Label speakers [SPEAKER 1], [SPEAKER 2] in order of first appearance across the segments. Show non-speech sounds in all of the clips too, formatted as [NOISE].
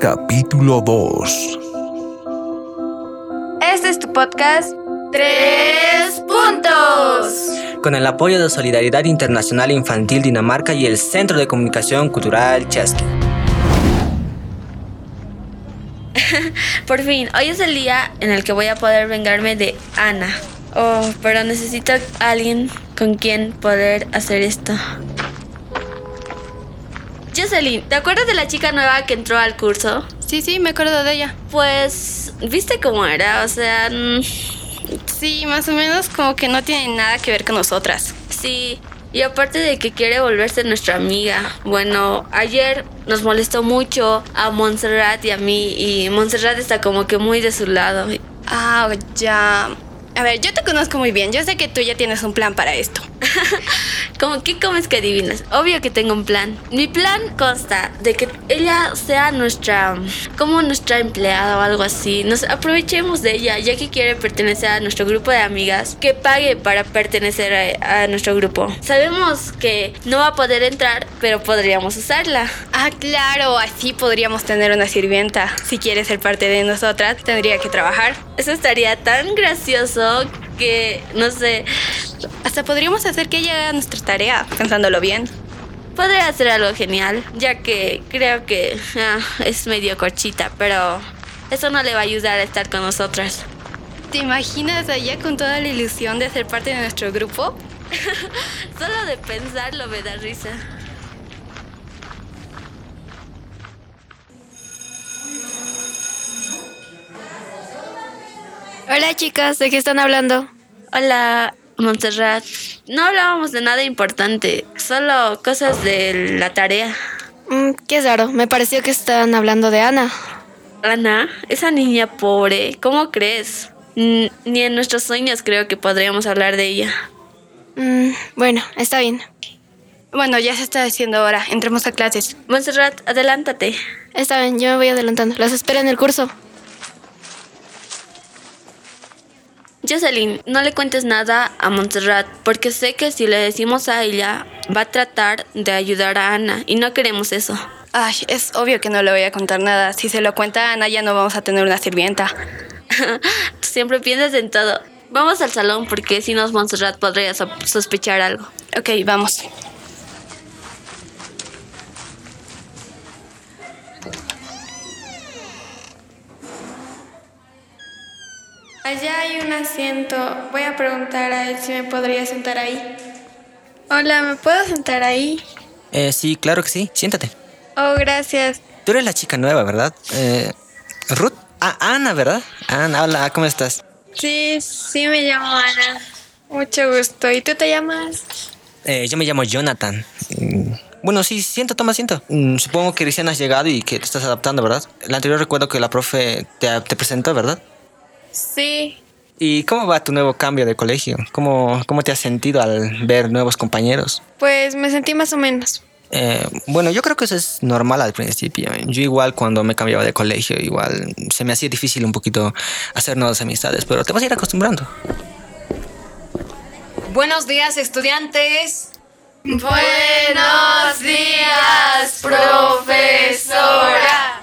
[SPEAKER 1] Capítulo 2.
[SPEAKER 2] Este es tu podcast.
[SPEAKER 3] Tres puntos.
[SPEAKER 4] con el apoyo de Solidaridad Internacional Infantil Dinamarca y el Centro de Comunicación Cultural Chesky.
[SPEAKER 3] Por fin, hoy es el día en el que voy a poder vengarme de Ana. Oh, pero necesito a alguien con quien poder hacer esto. Jocelyn, ¿te acuerdas de la chica nueva que entró al curso?
[SPEAKER 5] Sí, sí, me acuerdo de ella.
[SPEAKER 3] Pues, ¿viste cómo era? O sea, mm,
[SPEAKER 5] Sí, más o menos como que no tiene nada que ver con nosotras.
[SPEAKER 3] sí. Y aparte de que quiere volverse nuestra amiga. Bueno, ayer nos molestó mucho a Montserrat y a mí. Y Montserrat está como que muy de su lado.
[SPEAKER 5] Ah, ya. A ver, yo te conozco muy bien. Yo sé que tú ya tienes un plan para esto.
[SPEAKER 3] Como que comes que adivinas. Obvio que tengo un plan. Mi plan consta de que ella sea nuestra, como nuestra empleada o algo así. Nos aprovechemos de ella, ya que quiere pertenecer a nuestro grupo de amigas, que pague para pertenecer a, a nuestro grupo. Sabemos que no va a poder entrar, pero podríamos usarla.
[SPEAKER 5] Ah, claro, así podríamos tener una sirvienta. Si quiere ser parte de nosotras, tendría que trabajar.
[SPEAKER 3] Eso estaría tan gracioso que, no sé,
[SPEAKER 5] Hasta podríamos hacer que ella haga nuestra tarea, pensándolo bien.
[SPEAKER 3] podría hacer algo genial, ya que creo que ah, es medio corchita, pero eso no le va a ayudar a estar con nosotras.
[SPEAKER 5] ¿Te imaginas allá con toda la ilusión de ser parte de nuestro grupo?
[SPEAKER 3] Solo de pensarlo me da risa.
[SPEAKER 6] Hola chicas, ¿de qué están hablando?
[SPEAKER 3] Hola, Montserrat. No hablábamos de nada importante, solo cosas de la tarea.
[SPEAKER 6] Mm, qué raro, me pareció que están hablando de Ana.
[SPEAKER 3] Ana, esa niña pobre, ¿cómo crees? N- Ni en nuestros sueños creo que podríamos hablar de ella.
[SPEAKER 6] Mm, bueno, está bien.
[SPEAKER 5] Bueno, ya se está haciendo ahora. Entremos a clases.
[SPEAKER 3] Montserrat, adelántate.
[SPEAKER 6] Está bien, yo me voy adelantando. Las espero en el curso.
[SPEAKER 3] Jocelyn, no le cuentes nada a Montserrat, porque sé que si le decimos a ella, va a tratar de ayudar a Ana, y no queremos eso. [LAUGHS]
[SPEAKER 5] Ay, es obvio que no le voy a contar nada. Si se lo cuenta a Ana, ya no vamos a tener una sirvienta.
[SPEAKER 3] Tú siempre piensas en todo. Vamos al salón porque si no, Montserrat podría so- sospechar algo.
[SPEAKER 5] Ok, vamos.
[SPEAKER 7] Allá hay un asiento. Voy a preguntar a él si me podría sentar ahí. Hola, ¿me puedo sentar ahí?
[SPEAKER 4] Eh, sí, claro que sí, siéntate.
[SPEAKER 7] Oh, gracias.
[SPEAKER 4] Tú eres la chica nueva, ¿verdad? Eh, Ruth. Ah, Ana, ¿verdad? Ana, hola, ¿cómo estás?
[SPEAKER 7] Sí, sí me llamo Ana. Mucho gusto. ¿Y tú te llamas?
[SPEAKER 4] Eh, yo me llamo Jonathan. Mm, Bueno, sí, siento, toma asiento. Mm, Supongo que recién has llegado y que te estás adaptando, ¿verdad? La anterior recuerdo que la profe te, te presentó, ¿verdad?
[SPEAKER 7] Sí.
[SPEAKER 4] ¿Y cómo va tu nuevo cambio de colegio? ¿Cómo, cómo te has sentido al ver nuevos compañeros?
[SPEAKER 7] Pues me sentí más o menos.
[SPEAKER 4] Eh, bueno, yo creo que eso es normal al principio. Yo igual cuando me cambiaba de colegio, igual se me hacía difícil un poquito hacer nuevas amistades, pero te vas a ir acostumbrando.
[SPEAKER 8] Buenos días, estudiantes.
[SPEAKER 7] Buenos días, profesora.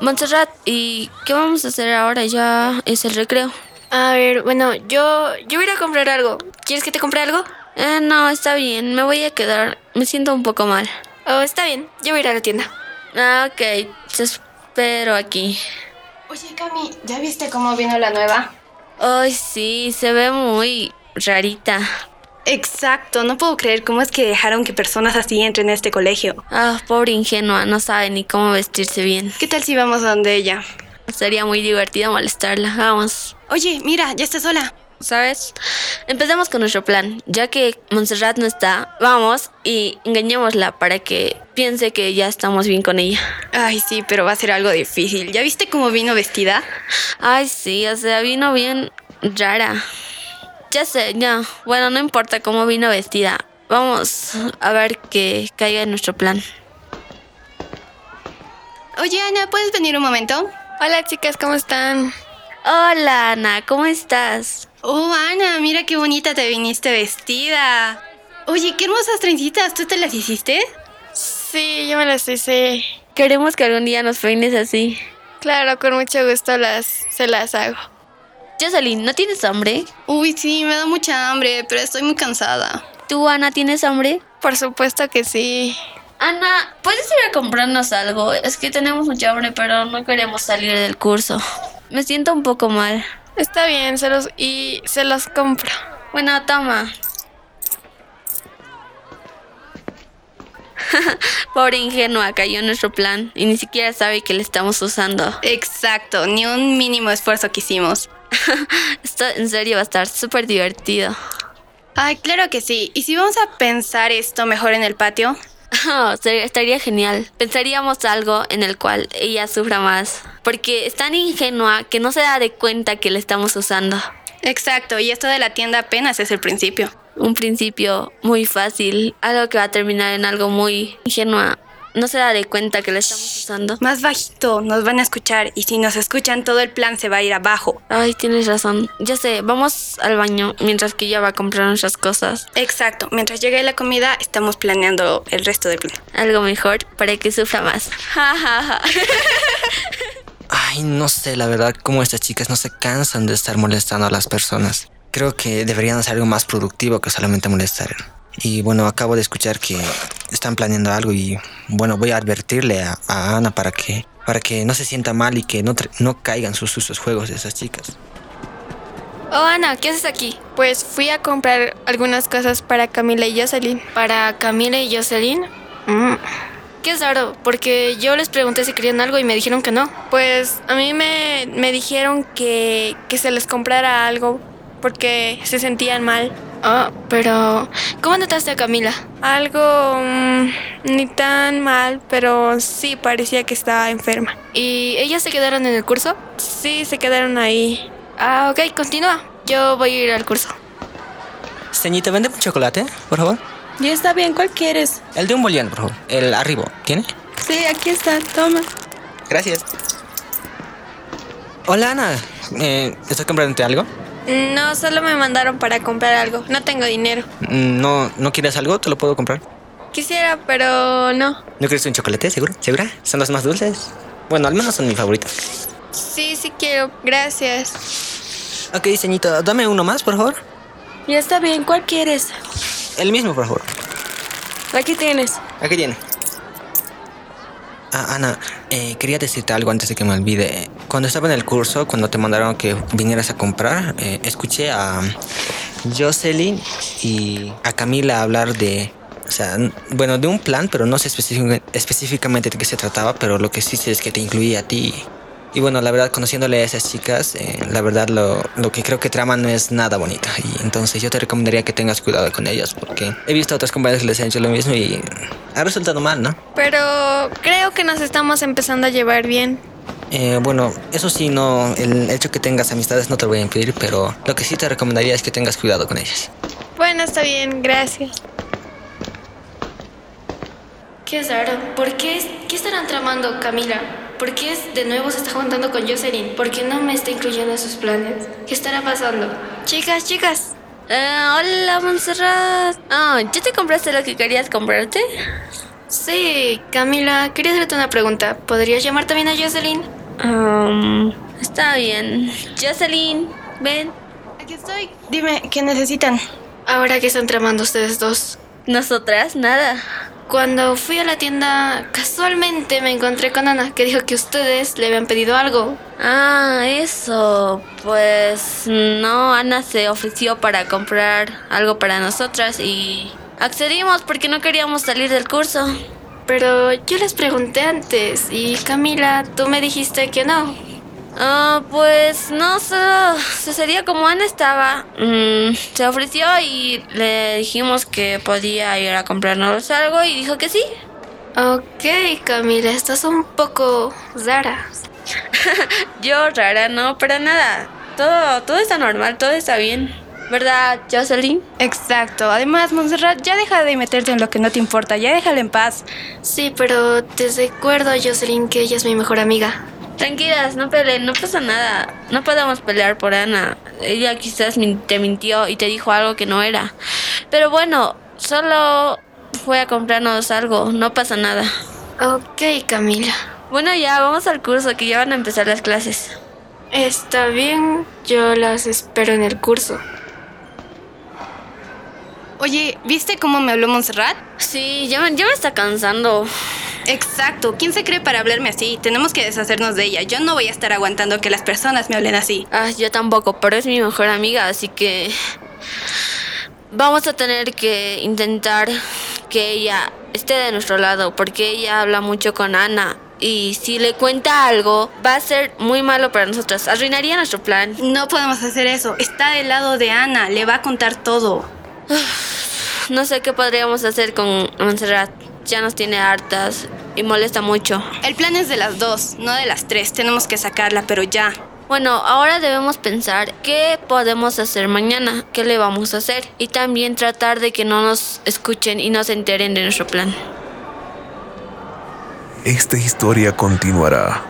[SPEAKER 3] Montserrat, ¿y qué vamos a hacer ahora? Ya es el recreo.
[SPEAKER 6] A ver, bueno, yo, yo voy a ir a comprar algo. ¿Quieres que te compre algo?
[SPEAKER 3] Eh, no, está bien, me voy a quedar. Me siento un poco mal.
[SPEAKER 6] Oh, está bien, yo voy a ir a la tienda.
[SPEAKER 3] Ah, ok, te espero aquí.
[SPEAKER 5] Oye, Cami, ¿ya viste cómo vino la nueva?
[SPEAKER 3] Ay, sí, se ve muy rarita.
[SPEAKER 5] Exacto, no puedo creer cómo es que dejaron que personas así entren a este colegio.
[SPEAKER 3] Ah, pobre ingenua, no sabe ni cómo vestirse bien.
[SPEAKER 5] ¿Qué tal si vamos a donde ella?
[SPEAKER 3] Sería muy divertido molestarla, vamos.
[SPEAKER 5] Oye, mira, ya está sola.
[SPEAKER 3] ¿Sabes? Empecemos con nuestro plan. Ya que Montserrat no está, vamos y engañémosla para que piense que ya estamos bien con ella.
[SPEAKER 5] Ay, sí, pero va a ser algo difícil. ¿Ya viste cómo vino vestida?
[SPEAKER 3] Ay, sí, o sea, vino bien rara. Ya sé, ya. Bueno, no importa cómo vino vestida. Vamos a ver que caiga en nuestro plan.
[SPEAKER 5] Oye, Ana, ¿puedes venir un momento?
[SPEAKER 6] Hola chicas, ¿cómo están?
[SPEAKER 3] Hola, Ana, ¿cómo estás?
[SPEAKER 5] Oh, Ana, mira qué bonita te viniste vestida. Oye, qué hermosas trencitas, ¿tú te las hiciste?
[SPEAKER 7] Sí, yo me las hice.
[SPEAKER 3] Queremos que algún día nos peines así.
[SPEAKER 7] Claro, con mucho gusto las, se las hago.
[SPEAKER 3] Jocelyn, ¿no tienes hambre?
[SPEAKER 5] Uy, sí, me da mucha hambre, pero estoy muy cansada.
[SPEAKER 3] ¿Tú, Ana, tienes hambre?
[SPEAKER 7] Por supuesto que sí.
[SPEAKER 3] Ana, ¿puedes ir a comprarnos algo? Es que tenemos mucha hambre, pero no queremos salir del curso. Me siento un poco mal.
[SPEAKER 7] Está bien, se los y se los compro.
[SPEAKER 3] Bueno, toma. [LAUGHS] Pobre ingenua, cayó en nuestro plan y ni siquiera sabe que le estamos usando.
[SPEAKER 5] Exacto, ni un mínimo esfuerzo que hicimos.
[SPEAKER 3] Esto en serio va a estar súper divertido. [LAUGHS]
[SPEAKER 5] Ay, claro que sí. ¿Y si vamos a pensar esto mejor en el patio?
[SPEAKER 3] Oh, ser- estaría genial. Pensaríamos algo en el cual ella sufra más. Porque es tan ingenua que no se da de cuenta que le estamos usando.
[SPEAKER 5] Exacto, y esto de la tienda apenas es el principio.
[SPEAKER 3] Un principio muy fácil, algo que va a terminar en algo muy ingenua. No se da de cuenta que le estamos usando.
[SPEAKER 5] Más bajito, nos van a escuchar y si nos escuchan todo el plan se va a ir abajo.
[SPEAKER 3] Ay, tienes razón. Ya sé, vamos al baño mientras que ella va a comprar nuestras cosas.
[SPEAKER 5] Exacto, mientras llegue la comida estamos planeando el resto del plan.
[SPEAKER 3] Algo mejor para que sufra más. Ja, ja, ja.
[SPEAKER 4] Ay, no sé, la verdad, cómo estas chicas no se cansan de estar molestando a las personas. Creo que deberían hacer algo más productivo que solamente molestar. Y bueno, acabo de escuchar que están planeando algo y bueno, voy a advertirle a, a Ana para que, para que no se sienta mal y que no, tra- no caigan sus sucios juegos de esas chicas.
[SPEAKER 6] Oh, Ana, ¿qué haces aquí?
[SPEAKER 7] Pues fui a comprar algunas cosas para Camila y Jocelyn.
[SPEAKER 6] ¿Para Camila y Jocelyn? Mm. Qué raro, porque yo les pregunté si querían algo y me dijeron que no.
[SPEAKER 7] Pues a mí me, me dijeron que, que se les comprara algo porque se sentían mal.
[SPEAKER 6] Ah, pero... ¿Cómo notaste a Camila?
[SPEAKER 7] Algo mm, ni tan mal, pero sí parecía que estaba enferma.
[SPEAKER 6] ¿Y ellas se quedaron en el curso?
[SPEAKER 7] Sí, se quedaron ahí.
[SPEAKER 6] Ah, ok, continúa. Yo voy a ir al curso.
[SPEAKER 4] Señita, ¿vende un chocolate, por favor?
[SPEAKER 2] Ya está bien, ¿cuál quieres?
[SPEAKER 4] El de un boliviano, por favor. El arribo, ¿tiene?
[SPEAKER 2] Sí, aquí está, toma.
[SPEAKER 4] Gracias. Hola, Ana. Eh, ¿Estás comprando algo?
[SPEAKER 7] No, solo me mandaron para comprar algo. No tengo dinero.
[SPEAKER 4] Mm, ¿No, ¿No quieres algo? Te lo puedo comprar.
[SPEAKER 7] Quisiera, pero no.
[SPEAKER 4] ¿No quieres un chocolate, seguro? ¿Segura? Son las más dulces. Bueno, al menos son mis favoritas.
[SPEAKER 7] Sí, sí quiero. Gracias.
[SPEAKER 4] Ok, señorita, dame uno más, por favor.
[SPEAKER 2] Ya está bien, ¿cuál quieres?
[SPEAKER 4] El mismo, por favor.
[SPEAKER 2] Aquí tienes.
[SPEAKER 4] Aquí tiene. Ah, Ana, eh, quería decirte algo antes de que me olvide. Cuando estaba en el curso, cuando te mandaron que vinieras a comprar, eh, escuché a Jocelyn y a Camila hablar de... O sea, n- bueno, de un plan, pero no sé específic- específicamente de qué se trataba, pero lo que sí sé es que te incluía a ti. Y bueno, la verdad, conociéndole a esas chicas, eh, la verdad lo, lo que creo que traman no es nada bonita. Y entonces yo te recomendaría que tengas cuidado con ellas, porque he visto a otras compañeras que les han hecho lo mismo y ha resultado mal, ¿no?
[SPEAKER 7] Pero creo que nos estamos empezando a llevar bien.
[SPEAKER 4] Eh, bueno, eso sí, no, el hecho que tengas amistades no te lo voy a impedir, pero lo que sí te recomendaría es que tengas cuidado con ellas.
[SPEAKER 7] Bueno, está bien. Gracias.
[SPEAKER 6] Qué raro. ¿Por qué, es- qué estarán tramando Camila? ¿Por qué es- de nuevo se está juntando con Jocelyn? ¿Por qué no me está incluyendo en sus planes? ¿Qué estará pasando? Chicas, chicas.
[SPEAKER 3] Eh, hola, Montserrat. Ah, ¿ya te compraste lo que querías comprarte?
[SPEAKER 6] Sí, Camila, quería hacerte una pregunta. ¿Podrías llamar también a Jocelyn?
[SPEAKER 3] Um, está bien. Jocelyn, ven.
[SPEAKER 6] Aquí estoy. Dime, ¿qué necesitan? Ahora que están tramando ustedes dos.
[SPEAKER 3] Nosotras, nada.
[SPEAKER 6] Cuando fui a la tienda, casualmente me encontré con Ana, que dijo que ustedes le habían pedido algo.
[SPEAKER 3] Ah, eso. Pues no, Ana se ofreció para comprar algo para nosotras y accedimos porque no queríamos salir del curso.
[SPEAKER 6] Pero yo les pregunté antes y Camila, tú me dijiste que no.
[SPEAKER 3] Ah, pues no, solo sucedió como Ana estaba. Mm, se ofreció y le dijimos que podía ir a comprarnos algo y dijo que sí.
[SPEAKER 6] Ok, Camila, estás un poco rara.
[SPEAKER 3] Yo rara, no, para nada. Todo, todo está normal, todo está bien. ¿Verdad, Jocelyn?
[SPEAKER 5] Exacto, además Montserrat, ya deja de meterte en lo que no te importa, ya déjala en paz.
[SPEAKER 6] Sí, pero te recuerdo, Jocelyn, que ella es mi mejor amiga.
[SPEAKER 3] Tranquilas, no peleen, no pasa nada. No podemos pelear por Ana. Ella quizás min- te mintió y te dijo algo que no era. Pero bueno, solo fue a comprarnos algo, no pasa nada.
[SPEAKER 6] Ok, Camila.
[SPEAKER 3] Bueno, ya, vamos al curso, que ya van a empezar las clases.
[SPEAKER 6] Está bien, yo las espero en el curso.
[SPEAKER 5] Oye, ¿viste cómo me habló Montserrat?
[SPEAKER 3] Sí, ya me, ya me está cansando.
[SPEAKER 5] Exacto, ¿quién se cree para hablarme así? Tenemos que deshacernos de ella. Yo no voy a estar aguantando que las personas me hablen así.
[SPEAKER 3] Ah, yo tampoco, pero es mi mejor amiga, así que vamos a tener que intentar que ella esté de nuestro lado, porque ella habla mucho con Ana. Y si le cuenta algo, va a ser muy malo para nosotros. Arruinaría nuestro plan.
[SPEAKER 5] No podemos hacer eso. Está del lado de Ana, le va a contar todo.
[SPEAKER 3] No sé qué podríamos hacer con Montserrat. Ya nos tiene hartas y molesta mucho.
[SPEAKER 5] El plan es de las dos, no de las tres. Tenemos que sacarla, pero ya.
[SPEAKER 3] Bueno, ahora debemos pensar qué podemos hacer mañana, qué le vamos a hacer y también tratar de que no nos escuchen y no se enteren de nuestro plan.
[SPEAKER 1] Esta historia continuará.